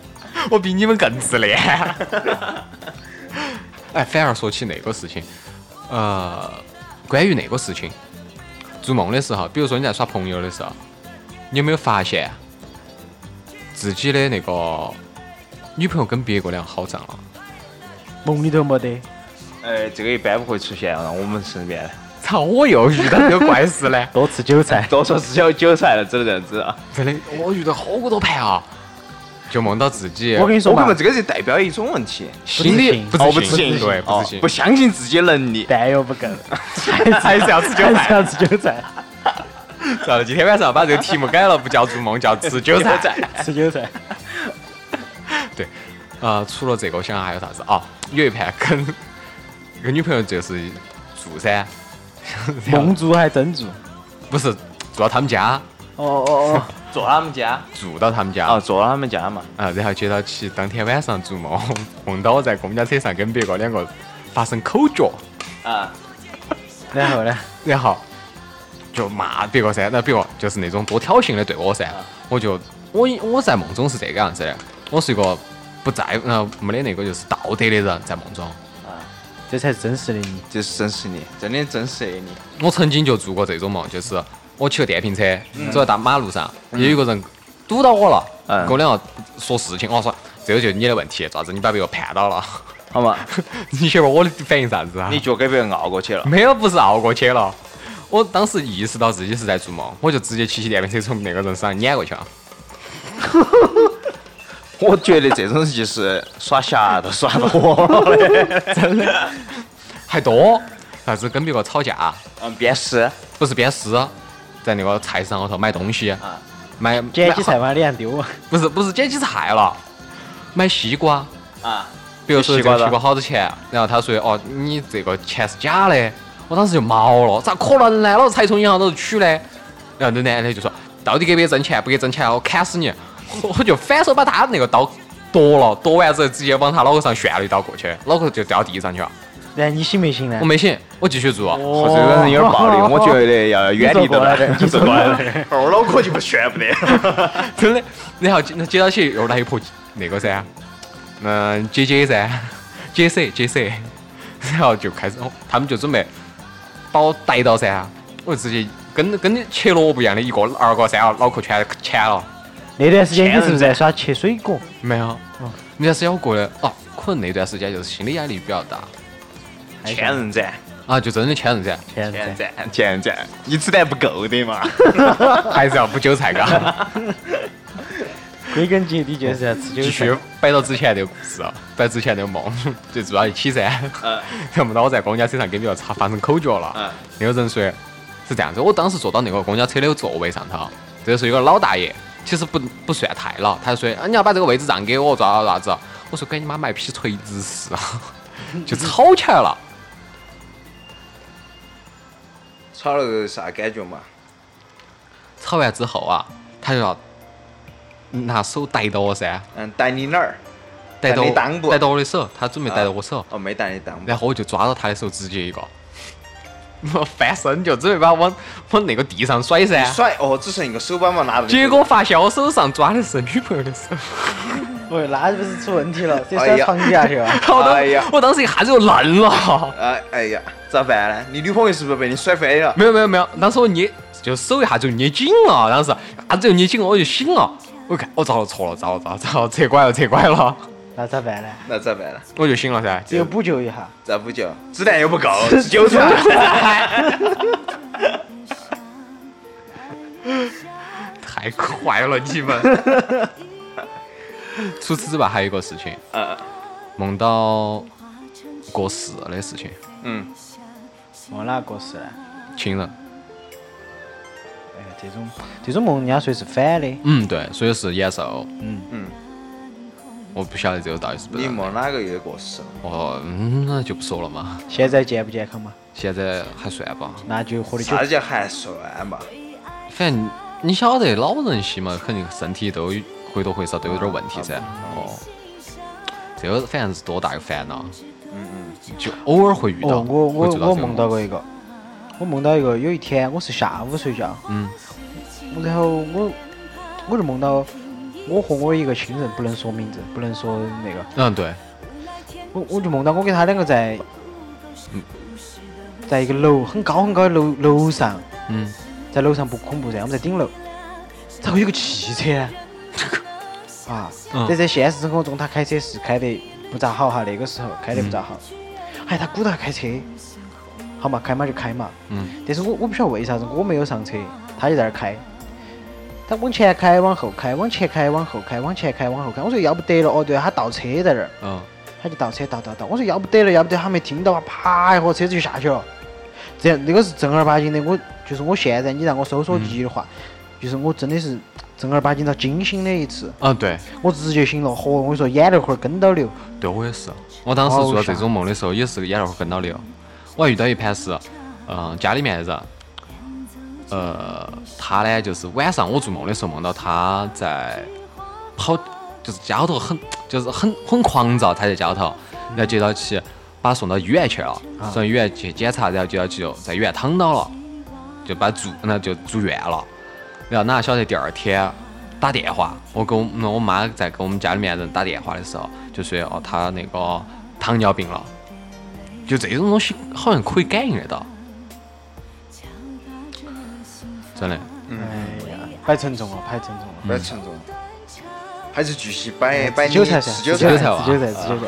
B: 我比你们更自 恋。哎，反而说起那个事情，呃，关于那个事情，做梦的时候，比如说你在耍朋友的时候，你有没有发现啊自己的那个女朋友跟别个两好上了？
E: 梦里头没得，！
D: 呃，这个一般不会出现啊我们身边的。
B: 操！我又遇到这个怪事嘞
E: 多吃韭菜。
D: 多说是小韭菜了，只能这样子啊。
B: 真的，我遇到好多盘啊，就梦到自己
E: 我跟你说
D: 我
E: 嘛
D: 根，本这个就代表一种问题，
B: 心里
E: 不
D: 哦
B: 自
D: 自信，
B: 对，不
D: 哦
B: 自信
D: 不。相信自己的能力。
E: 弹药不够，还是要吃
B: 韭菜
E: 还是要吃韭菜，
B: 算了，今天晚上把这个题目改了，不叫做梦，叫吃韭 菜。
E: 吃韭菜。
B: 对，呃，除了这个，我想想还有啥子啊？有一盘跟跟女朋友就是住噻，啊
E: 梦住还真住。
B: 不是住到他们家，
E: 哦哦
D: 坐他们家
B: 住到他们家
D: 啊，
B: 啊、
D: 坐他们家嘛。
B: 然后接到起当天晚上做 梦，梦到我在公交车上跟别个两个发生口角，
D: 啊，
E: 哦，然后呢？
B: 然后就骂别个噻，那别个就是那种多挑衅的对我噻，我就我我在梦中是这个样子的，我是一个不在呃没得那个就是道德的人，在梦中。
E: 这才是真实的你。
D: 这是真实的，真的真实的你。
B: 我曾经就做过这种梦，就是我骑个电瓶车
E: 嗯
B: 走在大马路上，也有个人堵到我了，
D: 嗯
B: 跟我两个说事情，我说这个就是你的问题，咋子你把别个绊倒了？
D: 好嘛，
B: 你晓得我的反应啥子啊？
D: 你脚给别人拗过去了。
B: 没有，不是熬过去了。我当时意识到自己是在做梦，我就直接骑起电瓶车从那个人身上碾过去了。
D: 我觉得这种就是耍瞎都耍 多了嘞。
B: 还多，啥子跟别个吵架，
D: 嗯，鞭尸。
B: 不是鞭尸，在那个菜市场后头买东西，买
E: 啊捡
B: 买
E: 起菜往脸上丢，
B: 不是不是捡起菜了，买西瓜，
D: 啊，
B: 比如说这
D: 西瓜
B: 个
D: 的
B: 西瓜好多钱，然后他说哦，你这个钱是假的，我当时就毛了，咋可能呢？老子才从银行头取的。然后那男的就说，到底给不给挣钱？不给挣钱，我砍死你！ 我我就反手把他那个刀夺了，夺完之后直接往他脑壳上炫了一刀过去，脑壳就掉地上去了。
E: 然后你醒没啊醒呢
B: 我？没醒，我继续做。
D: 我这个人有点暴力，我觉得要远离的了。
E: 哦你走过来的
D: 的， 二脑壳就不悬不得。
B: 真的。然后接接到起又来一坨那个噻，嗯，姐姐噻，姐姐姐姐，然后就开始，哦他们就准备把我逮到噻，我就直接跟跟你切萝卜一样的一个二个三个脑壳全全了，
E: 那段时间你是不是在耍切水果？
B: 没有，哦那段时间我过得哦，可能那段时间就是心理压力比较大
D: 千人斩，
B: 啊，就真的欠人噻，
E: 现
D: 千人
E: 在
D: 斩，千人斩，你子弹不够的 嘛。
B: 还是要补韭菜嘎，
E: 归根结底就是哎要吃
B: 继续
E: 韭菜。
B: 摆到之前那个故事啊，摆之前那个梦，就住到一起噻。
D: 嗯
B: 然后梦到我在公交车上跟别个吵发生口角了，
D: 嗯
B: 那个人说是这样子，我当时坐到那个公交车的座位上头，这是一个老大爷，其实不不算太老，他说啊你要把这个位置让给我，咋咋子？我说给你妈卖批锤子是啊， 就吵起来了。
D: 吵了个啥感觉嘛？
B: 吵完之后啊，他就要拿手逮到我噻，
D: 嗯，逮你哪儿？
B: 逮到
D: 逮
B: 我
D: 你裆部
B: 逮到我的手，他准备逮到我手，
D: 哦，没逮你裆部。
B: 然后我就抓到他的手，直接一个。我翻身就准备把我往往那个地上甩噻，
D: 甩哦，只剩一个手把嘛拿着。
B: 结果发现我手上抓的是女朋友的手，
E: 喂，那不是出问题了？这
D: 哎
E: 算
D: 呀
E: 床底下去了。
B: 我当、
D: 哎呀
B: 我当时一下子就愣了。
D: 哎哎呀，咋办呢？你女朋友是不是被你甩飞了？
B: 没有没有没有，当时我捏就手一下就捏紧了，当时一下子就捏紧了，我就醒了。我一看我遭了错了，遭了遭了遭了，扯拐了扯拐了，
E: 那咋办呢？
D: 那咋办呢？
B: 我就醒了噻。
E: 只有补救一下。
D: 咋补救？子弹又不够，是韭菜。
B: 太快了你们。除此之外还有一个事情，
D: 嗯
B: 梦到过世的事情，
D: 嗯，
E: 我哪个是呢？
B: 亲人。
E: 哎，这种这种梦人家说是反的，
B: 嗯，对，所以是延寿。
E: 嗯
D: 嗯，
B: 我不晓得这个到底是不是
D: 你
B: 真的。
D: 梦哪个月过世了？
B: 哦，嗯，那就不说了嘛。
E: 现在健不健康嘛？
B: 现在还算吧，
E: 那就活得久
D: 啥。子叫还算吧？
B: 反正你晓得老人些嘛，肯定身体都有或多或少都有点问题噻。哦，这个反正是多大个烦恼，
D: 嗯
B: 就偶尔会遇到。
E: 哦，我
B: 会做
E: 我我
B: 这个
E: 梦到过一个，我梦到一个，有一天我是下午睡觉，
B: 嗯
E: 我然后我我就梦到我和我一个亲人，不能说名字，不能说那个，
B: 嗯，对，
E: 我我就梦到我跟他两个在，在一个楼很高很高的楼楼上，
B: 嗯，
E: 在楼上不恐怖噻，我们在顶楼，然后有个汽车， 啊，
B: 嗯
E: 这在现实生活中他开车是开得不咋好哈，那个时候开得不咋好，
B: 嗯
E: 哎，他鼓捣开车，好嘛，开嘛就开嘛，
B: 嗯，
E: 但是我我不晓得为啥子我没有上车，他就在那儿开，他往前开，往后开，往前开，往后开，往前开，往后开，我说要不得了，哦对，他倒车在那儿。
B: 嗯，
E: 他就倒车倒倒倒，我说要不得了，要不得，他没听到啊，啪一下车子就下去了。这样那个是正儿八经的，我就是我现在你让我搜索记忆的话，就是我真的是正儿八经到惊醒的一次，
B: 啊，对，
E: 我直接醒了，嚯，我跟你说眼泪花儿跟到流，
B: 对我也是，我当时
E: 好
B: 做这
E: 傻
B: 种梦的时候，也是啊眼泪会跟到流。我还遇到一盘是，嗯、家里面的人，呃，他呢就是晚上我做梦的时候梦到他在跑，就是家头很就是很很狂躁，他在家头，然后接到起把他送到医院去了，送到医院去检查，然后接到起就在医院躺到了，就把住那就住院了。然后哪晓得第二天打电话，我跟我嗯我妈在给我们家里面人打电话的时候，就说哦她那个糖尿病了，就这种东西好像可以感应得到，真的。
E: 哎呀，摆沉重了，摆沉重了。哎
D: 嗯，蛮嗯沉重的，还是继续摆摆
E: 十
D: 你
E: 九才噻，
D: 十九
E: 才，
B: 19
E: 十
B: 才吧啊
E: 九才，十九才，十九才。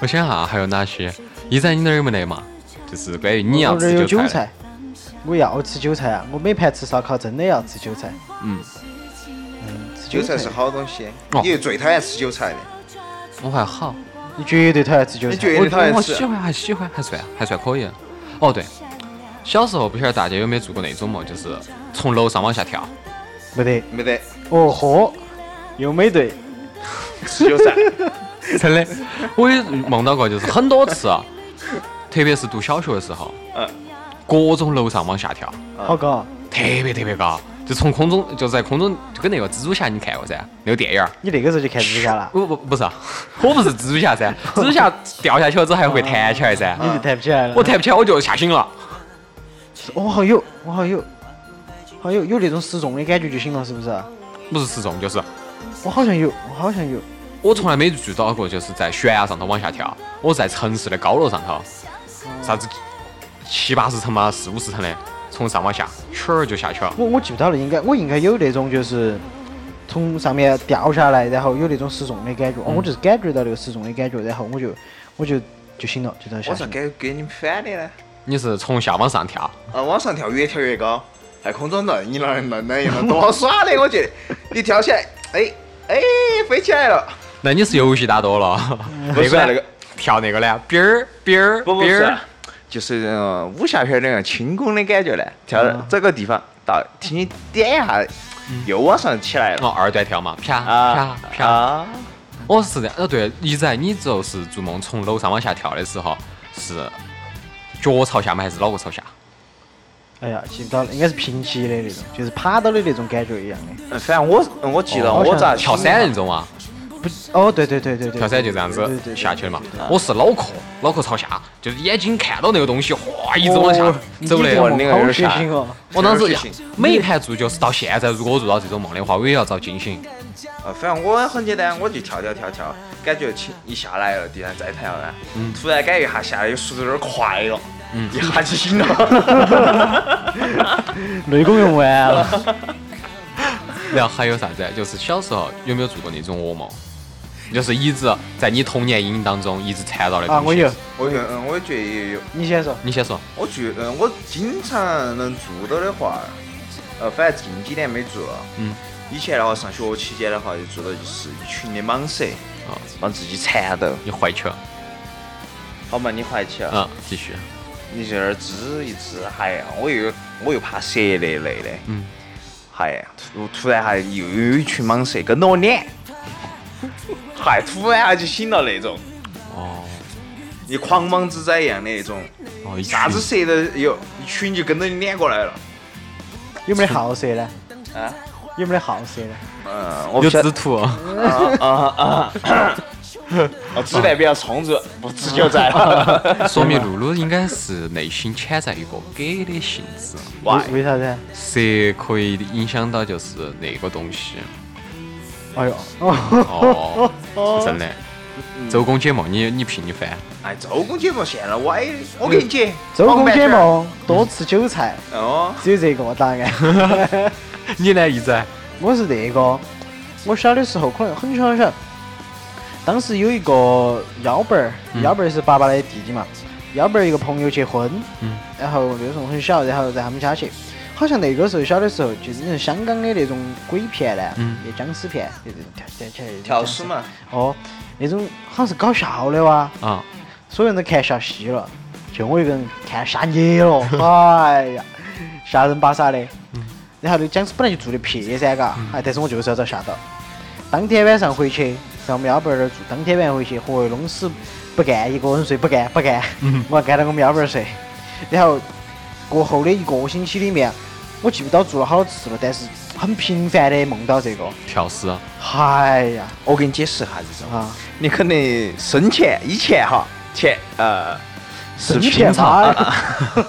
B: 我想哈还有哪些？一仔你那儿有没得嘛？就是关于你要
E: 我这儿
B: 吃
E: 有
B: 韭
E: 韭
B: 菜
E: 菜，我要吃韭菜啊！我每盘吃烧烤真的要吃韭菜，
B: 的，嗯，
E: 嗯，吃
D: 韭
E: 韭
D: 菜
E: 菜
D: 是，好东西
B: 哦，
D: 你又最讨厌吃韭菜的，
B: 我还好，
E: 你绝对讨厌吃韭
D: 你
E: 菜。
D: 绝
B: 我
D: 对讨厌
B: 我喜
D: 吃。
B: 欢还喜欢还算还算可以。哦对，小时候不晓得大家有没有做过那种梦，就是从楼上往下跳。
E: 没得，
D: 没得
E: 哦豁，又没对，
D: 吃韭菜，
B: 真的，我也梦到过，就是很多次，啊，特别是读小学的时候，
D: 嗯
B: 各种楼上往下跳，
E: 好高啊。
B: 特别特别高，就从空中就在空中就跟那个蜘蛛侠你看过噻，那个电影儿。
E: 你那个时候就看蜘蛛侠了，
B: 不不不是啊， 我不是蜘蛛侠噻，蜘蛛侠掉下去了之后还会弹起来噻，
E: 你就抬不起来了。
B: 我抬不起来我就吓醒了。
E: 我好有，我好有，好有有那种失重的感觉就行了，是不是？
B: 不是失重，就是
E: 我好像有，我好像有。
B: 我从来没遇到过，就是在悬崖上头往下跳，我是在城市的高楼上头，啥子七八十层嘛，四五十层的，从上往下，圈儿就下去了。
E: 我我记不到了，应该我应该有那种就是从上面掉下来，然后有那种失重的感觉。哦，我就是感觉到那个失重的感觉，然后我就我就就醒了，就到
D: 我
E: 下
D: 咋
E: 去。
D: 给给你们反的呢？
B: 你是从下往上跳，
D: 啊，往上跳越跳越高，在空中愣一愣愣愣一愣，多耍的！我觉得你跳起来， 哎哎，飞起来了。
B: 那你是游戏打多了。
E: 嗯
D: 不
B: 那
D: 是啊
B: 个
D: 那个
B: 跳那个呢，比儿比儿
D: 不不
B: 比
D: 是
B: 儿
D: 啊，，就是呃武侠片那样轻功的感觉呢，跳
B: 啊
D: 到这个地方到，听你点一下，又往上起来了。
B: 嗯哦，二段跳嘛，啪
D: 啊
B: 啪啪。
D: 啊！
B: 我是这样，哦对，一仔你就是做梦从楼上往下跳的时候是脚朝下吗？还是脑壳朝下？
E: 哎呀，记不到了，应该是平起的那种，就是趴到的那种感觉一样的。
D: 嗯反正我嗯我记得
E: 哦
D: 我咋
B: 跳
D: 醒的
B: 伞那种啊，
E: 不，哦，对对对对对，
B: 跳伞就这样
E: 对对对
B: 子
E: 对
B: 下去的嘛
E: 对对对。
B: 我是脑壳，脑壳朝下，就是眼睛看到那个东西，哗一直往下
E: 哦
B: 走
E: 你这
B: 的。
E: 个
D: 那
E: 梦
D: 个
E: 好
D: 有点
E: 血
D: 吓
E: 腥 哦！
B: 我当时
D: 确
B: 呀
D: 实是
B: 每盘做就是到现在，如果我做到这种梦的话，我也要遭惊醒。
D: 呃，反正我很简单，我就跳跳跳跳，感觉轻一下来了，地上再跳呢，
B: 嗯
D: 突然感觉一下下来有速度有点快了，一下就醒了。
E: 内功用啊完 了。
B: 然后还有啥子？就是小时候有没有做过那种噩梦？就是一直在你童年阴影当中一直缠绕的东
E: 啊，
B: 西。
E: 我有，
D: 我觉得，嗯，我觉得也有，
E: 你先说。
B: 你先说。
D: 我觉得嗯我经常能做到的话，呃，反正近几年没做了。
B: 嗯。
D: 以前的话，上学期间的话，就做到就是一群的蟒蛇，
B: 啊，
D: 帮自己缠斗。
B: 你怀球。
D: 好嘛，你怀起了，
B: 嗯，继续。
D: 你在那儿支一支，哎呀，我又我又怕蛇那类的，
B: 嗯。
D: 还突突然还又有一群蟒蛇跟着我撵，还突然还就醒了那种，
B: 哦
D: 你狂蟒之灾一样的那种，
B: 哦，一群
D: 啥子蛇都有，一群就跟着你撵过来了。
E: 有没得好蛇呢？
D: 啊，
E: 有没得好蛇呢？
D: 嗯，我不
B: 有
D: 晓得
B: 制图，
D: 啊啊啊！我子弹比较充足，不吃就在了。
B: 说明露露应该是内心潜在一个给的性质。
D: 哇，
E: 为为啥子？
B: 蛇可以影响到就是那个东西。
E: 哎 呦，哦，
B: 哦，是真的。周公解梦，你你凭你翻。
D: 哎，周公解梦现了歪的，我给你解。
B: 嗯
E: 周公解
D: 王
E: 梦多吃韭菜，
D: 八圈。哦，
E: 只有这个答案。
B: 你呢，一仔？
E: 我是那个，我小的时候可能很小很小，当时有一个幺伯儿，幺伯儿是爸爸的弟弟嘛，幺伯儿一个朋友结婚，
B: 嗯
E: 然后那个时候很小，然后在他们家去，好像那个时候小的时候就是那种香港的那种鬼片呢，
B: 嗯
E: 那僵尸片，那种跳跳起来那种
D: 跳
E: 僵尸
D: 尸，嘛，
E: 哦，那种好像是搞笑的哇，
B: 啊，
E: 所有人都看下戏了，就我一个人看吓你 了，哎呀，吓人巴啥的。
D: 嗯
E: 然后那僵尸本来就做的撇噻，嘎，哎，但是我就是要遭吓到。当天晚上回去，在我们幺伯儿那儿住，当天晚上回去，嚯，弄死不干，一个人睡不干不干，
D: 嗯
E: 我要干到我们幺伯儿睡。然后过后的一个星期里面，我记不到做了好多次了，但是很频繁的梦到这个，
B: 跳尸。
E: 哎呀
D: 我给你解释一下这种。
E: 啊，
D: 你可能生前以前哈，前呃是平常
E: 妈
D: 啊
E: 呀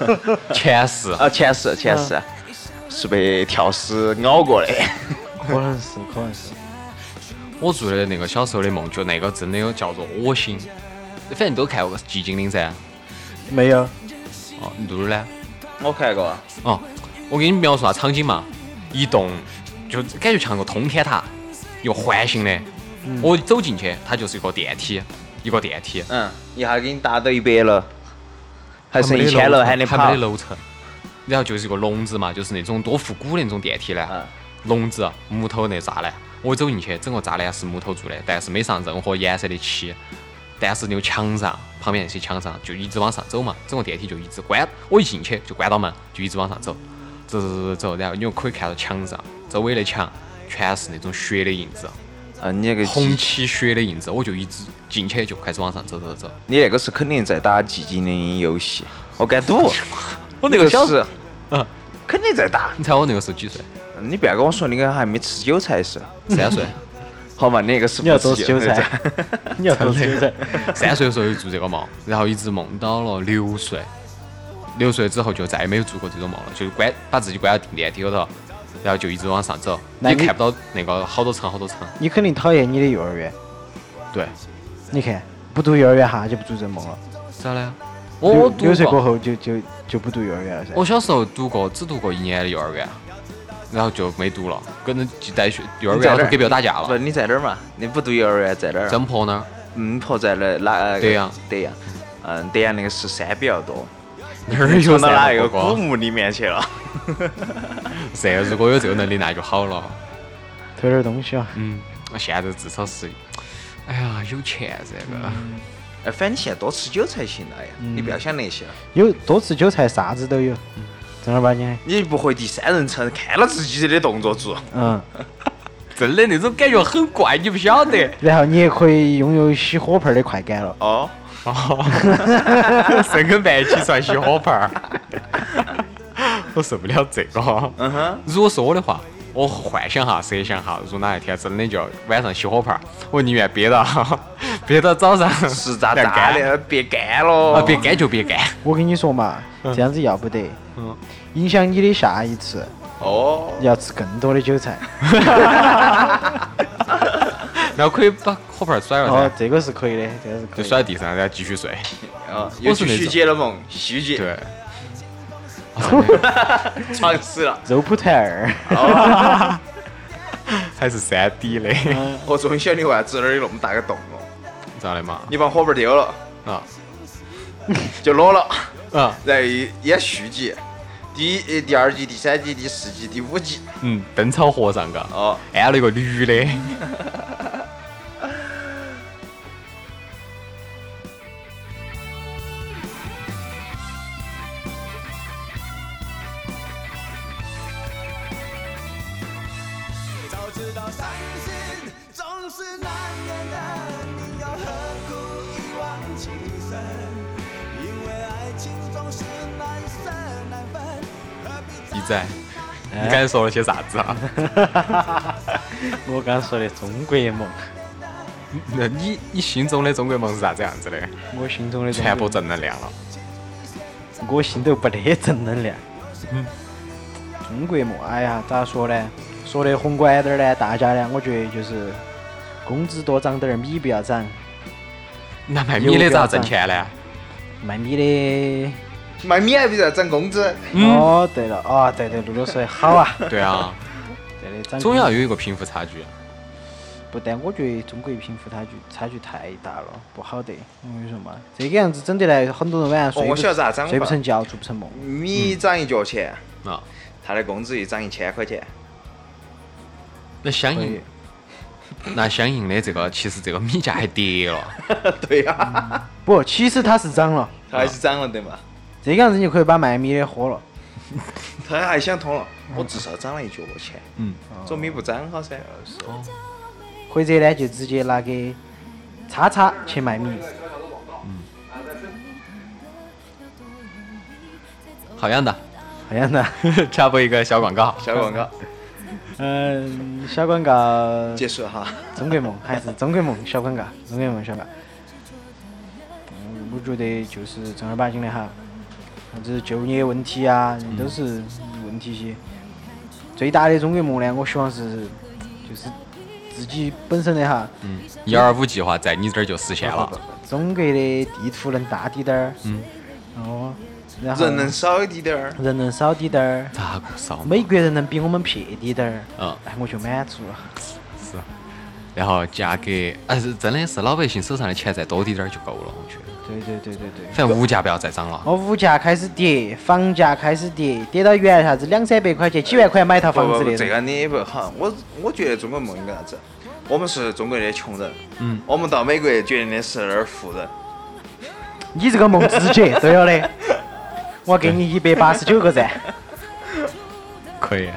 B: 前世。
D: 啊前世前世是被跳尸咬过的。
E: 可能是可能是，
B: 我做的那个小时候的梦，就那个真的有叫做恶心。反正都看过《寂静岭》噻。
E: 没
D: 啊
E: 有，
B: 哦，露露呢？
D: 我看过，啊
B: 哦，我给你描述下场景嘛，一栋就感觉像个通天塔，一个环形的。我走进去，它就是一个电梯，一个电梯。
D: 嗯，一下给你达到一百楼，还剩一
B: 没得
D: 千
B: 楼
D: 楼
B: 层
D: 喊你
B: 还没
D: 跑
B: 得。楼层。然后就是一个笼子嘛，就是那种多复古的那种电梯呢，
D: 嗯
B: 笼子木头那栅栏。我走进去，整个栅栏是木头做的，但是没上任何颜色的漆，但是那个墙上旁边那些墙上就一直往上走嘛，整个电梯就一直关，我一进去就关到门，就一直往上走，走走走走走，然后你就可以看到墙上周围的墙全是那种血的印子，
D: 嗯，你那个
B: 红漆血的印子，我就一直进去就开始往上走走走。
D: 你那个是肯定在打寂静岭游戏，我敢赌。
B: 我
D: 那个
B: 小
D: 是，
B: 嗯，
D: 肯定在打。
B: 你猜我那个时候几岁？
D: 你不要跟我说你刚才还没吃韭菜是？
B: 三岁。
D: 好嘛，那个是
E: 你要
D: 不
E: 多
D: 吃
E: 吃韭菜， 你要多吃韭菜。
B: 三岁的时候就做这个梦，然后一直梦到了六岁，六岁之后就再也没有做过这种梦了，就关把自己关到电梯里头，然后就一直往上走，
E: 那
B: 也
E: 你
B: 看不到那个好多层好多层。
E: 你肯定讨厌你的幼儿园。
B: 对，
E: 你看，不读幼儿园哈就不做这梦了。
B: 咋了呀？我我
E: 六
B: 读
E: 六岁过
B: 过，
E: 后就就就不读幼儿园了噻。
B: 我小时候读过，只读过一年的幼儿园，然后就没读了，跟着就在学幼儿
D: 你在
B: 园
D: 哪
B: 里
D: 儿
B: 头给别个打架
D: 不，
B: 了。
D: 你在哪儿嘛？你不读幼儿啊园在哪儿？
B: 真婆呢？
D: 嗯，婆在哪儿？哪？呃
B: 德阳。
D: 德阳。嗯，德阳那个是山比较多，
B: 哪 儿有
D: 传到哪一个
B: 三
D: 古
B: 过？
D: 墓里面去了？
B: 这如果有这个能力，那就好了。
E: 偷点东西啊。
B: 嗯，我现在至少是，哎呀，有钱这个。
D: 哎，反正你现在多吃韭菜行了呀，你不要想那些了，
E: 有多吃韭菜，啥子都有，正儿八经的。
D: 你不会第三人称看到自己的动作做。
E: 嗯，
B: 真的那种感觉很怪，你不晓 得。
E: 然后你也可以拥有吸火盆儿的快感了。
D: 哦，
B: 深更半夜起床吸火盆儿， 我受不了这个。
D: 嗯哼，
B: 如果是我的话，我幻想哈、设想哈，如果哪一天真的就晚上吸火盆儿，我宁愿憋到 憋到早上，
D: 实 咋
B: 别
D: 咋
B: 干
D: 的，别干了。
B: 啊，憋干就憋干。
E: 我跟你说嘛，这样子要不得，影响你的下一次
D: 哦，
E: 要吃更多的韭 菜。
B: 然后可以把火盆儿甩了
E: 哦
B: 噻，，
E: 这个是可以的，这个是可
B: 就
E: 以
B: 甩在
E: 的。
B: 地上，然后继续睡。
D: 哦，
B: 嗯
D: 又
B: 我是
D: 去
B: 那
D: 续
B: 种
D: 接了梦，续接
B: 对。啊
D: 尝试了。
E: 肉蒲团儿，
B: 还是三 D 的，
D: 我终于晓得你为啥子那儿有那么大个洞了。
B: 咋的嘛？
D: 你把火盆丢了，
B: 啊
D: 就裸了，
B: 啊
D: 然后也续集，第一、呃第二集、第三集、第四集、第五集。
B: 嗯，灯草啊和尚嘎，
D: 哦，
B: 安了一个女的。
G: 分，因为爱情总是难舍难分，何必
B: 一仔，你刚才说了些啥子啊？
E: 我刚说的中国梦，
B: 那你你心中的中国梦是啥子样子的？
E: 我心中的中国
B: 传播正能量了。
E: 我心头不得正能量。
D: 嗯
E: 中国梦，哎呀，咋说呢？说的宏观点儿呢，大家呢，我觉得就是工资多涨点儿，米不要涨，
B: 那卖米的咋挣钱呢？
E: 卖米的。
D: 卖米还比较涨工资，
E: 哦，对了，哦，对对，露露 说的好啊，
B: 对 啊，
E: 对的，涨
B: 总
E: 工
B: 要
E: 资
B: 有一个贫富差距啊。
E: 不但我觉得中国贫富差距差距太大了，不好的。我跟你说嘛，这个样子整得来，很多人晚上睡
D: 哦
E: 不、
D: 我晓得咋涨
E: 睡不
D: 法
E: 成觉，做不成梦。
D: 米涨一角钱，
B: 啊，
D: 他的工资一涨一千块钱，
B: 那相应， 那相应的这个其实这个米价还跌了。
D: 对呀，
B: 嗯
E: 不，其实它是涨了，
D: 他还是涨了对嘛？
E: 这个样子你就可以把卖米的喝了。
D: 他还想通了，我至少涨了一角钱，
B: 嗯，哦
D: 总比不涨好噻。
E: 或者呢，就直接拿给叉叉去卖米。
B: 好样的，
E: 好像 呢，
B: 插播一个小广告。
D: 小广告
B: 哦
E: 嗯，小广告，
D: 结束哈，
E: 中国梦还是中国梦，小广告，中国梦小广告。嗯，我觉得就是正儿八经的哈，啥子就业问题啊，都是问题些。最大的中国梦呢，我希望是就是自己本身的哈，
B: 嗯，一二五计划在你这儿就实现
E: 不
B: 了。
E: 不不中国的地图能大滴点儿，
B: 嗯，
E: 哦，然后
D: 人能少一滴点儿，
E: 人能少滴点儿，
B: 咋个烧？
E: 美国人能比我们撇滴点儿，
B: 嗯
E: 哎，我就满足了。
B: 是。然后价格，哎，是真的是老百姓手上的钱再多滴点儿就够了，我觉得。
E: 对对对对对。
B: 反正物价不要再涨了。
E: 我物价开始跌，房价开始跌，跌到原来啥子两三百块钱、几万块买一套
D: 不
E: 房
D: 不
E: 子
D: 不，
E: 那
D: 这
E: 种。
D: 个你也不好。我我觉得中国梦应该啥子？我们是中国的穷人，
B: 嗯，
D: 我们到美国决定的是那儿富人。
E: 你这个梦直接对了的，我给你一百八十九个 赞。
B: 可以。啊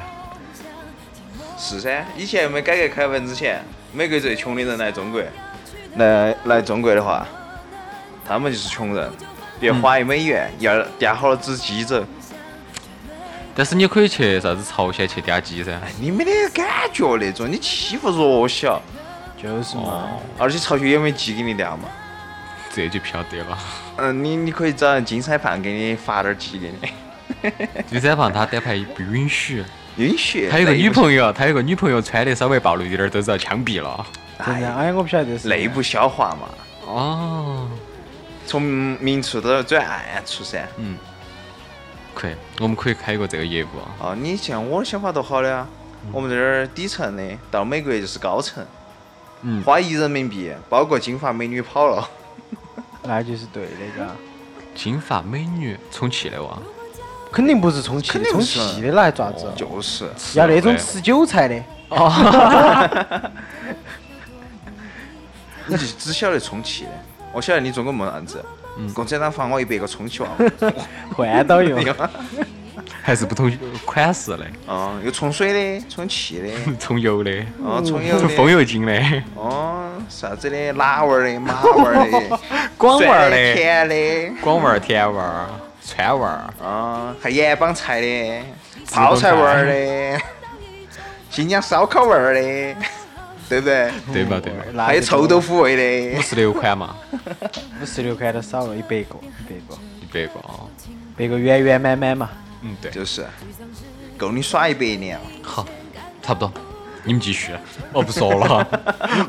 D: 是噻，以前没改革开放之前，美国最穷的人来中国，来来中国的话，他们就是穷人，要
B: 嗯
D: 花一美元，要垫好了只鸡走，
B: 但是你可以去啥子朝鲜去点鸡噻。
D: 你没得感觉那种，你欺负弱小，
E: 就是嘛，
D: 而且朝鲜也没寄给你点嘛。
B: 这就不晓得了。
D: 嗯，你你可以找人金山胖给你发点鸡给你，
B: 第三胖他单排不允许，
D: 允许。
B: 他有个女朋友，他有个女朋友穿的稍微暴露一点儿都是要枪毙了。
E: 真的，哎，我不晓得是
D: 内部消化嘛，
B: 哦，
D: 从明处都要转暗处噻。
B: 嗯，可以，我们可以开一个这个业务啊。
D: 哦，你像我的想法多好的啊！我们这儿底层的到美国就是高层，
B: 嗯
D: 花一人民币包个金发美女跑了，
E: 那就是对的，嘎。
B: 金发美女充气的哇，
E: 肯定不是充气
D: 肯
E: 的，
D: 定
E: 充
D: 不是哦
E: 气的哪还爪
B: 哦
E: 子？
D: 就是
E: 要那种吃韭菜 的，
D: 你就只晓得充气的。我晓得你中国梦啥子，
B: 嗯
D: 共产党罚我一百个充气娃娃，
E: 换到用。
B: 还是不同款式 的，
D: 嗯，有冲水的、充气的，
B: 充油的，
D: 哦，充油
B: 风
D: 的，
B: 油精的，
D: 哦，啥子的，辣味儿的、麻味儿的、
B: 光味儿
D: 酸的、
B: 的，
D: 甜的，
B: 光味儿、甜味儿、川味儿，
D: 啊，还盐帮菜的、泡菜味儿的、新疆烧烤味儿的，对不对？
B: 对吧？对吧？
D: 还有臭豆腐味
B: 五
D: 的，
B: 十六款 嘛，
E: 五十六块都少了一百个，一百个，
B: 一百个啊。
E: 一百个圆圆满满嘛。
B: 嗯，对，
D: 就是够你耍一百年了。
B: 好，差不多，你们继续。我不说 了，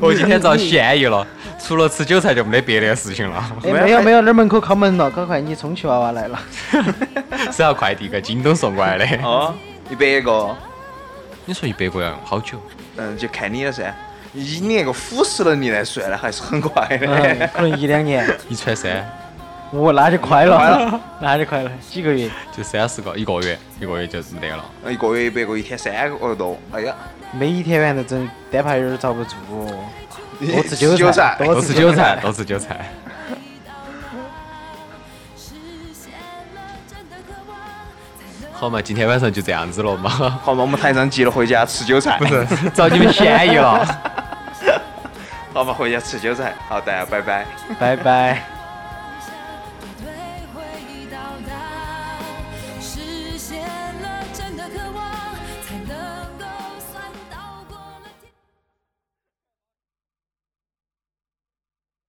B: 我今天遭嫌疑了，除了吃韭菜就没得别的事情了。
E: 哎，没有没有，那儿门口敲门了，赶快你充气娃娃来了。
B: 收到快递个京东送过来的。
D: 哦，一百个，
B: 你说一百个要用好久？
D: 嗯，就看你了噻。以你那个腐蚀能力来算呢，还是很快
E: 嗯，
D: 的。
E: 可能一两年，
B: 一串三
E: 我那就快 了，那就快了，几个月。
B: 就三十个，一个月，一个月就没得了。
D: 哎一个月一百个，一天三个多。哎呀，
E: 每一天晚上都整单排有点遭不住哦。多吃韭
D: 韭
E: 菜
D: 菜，
B: 多
E: 多
B: 吃
E: 吃
B: 韭
E: 韭
B: 菜，
E: 菜
B: 多吃韭菜。好嘛，今天晚上就这样子了嘛，
D: 好嘛，我们台长急了，回家吃韭菜。不 是，
B: 遭你们 嫌疑了。
D: 好嘛，回家吃韭菜。好，大家拜拜。
E: 拜拜。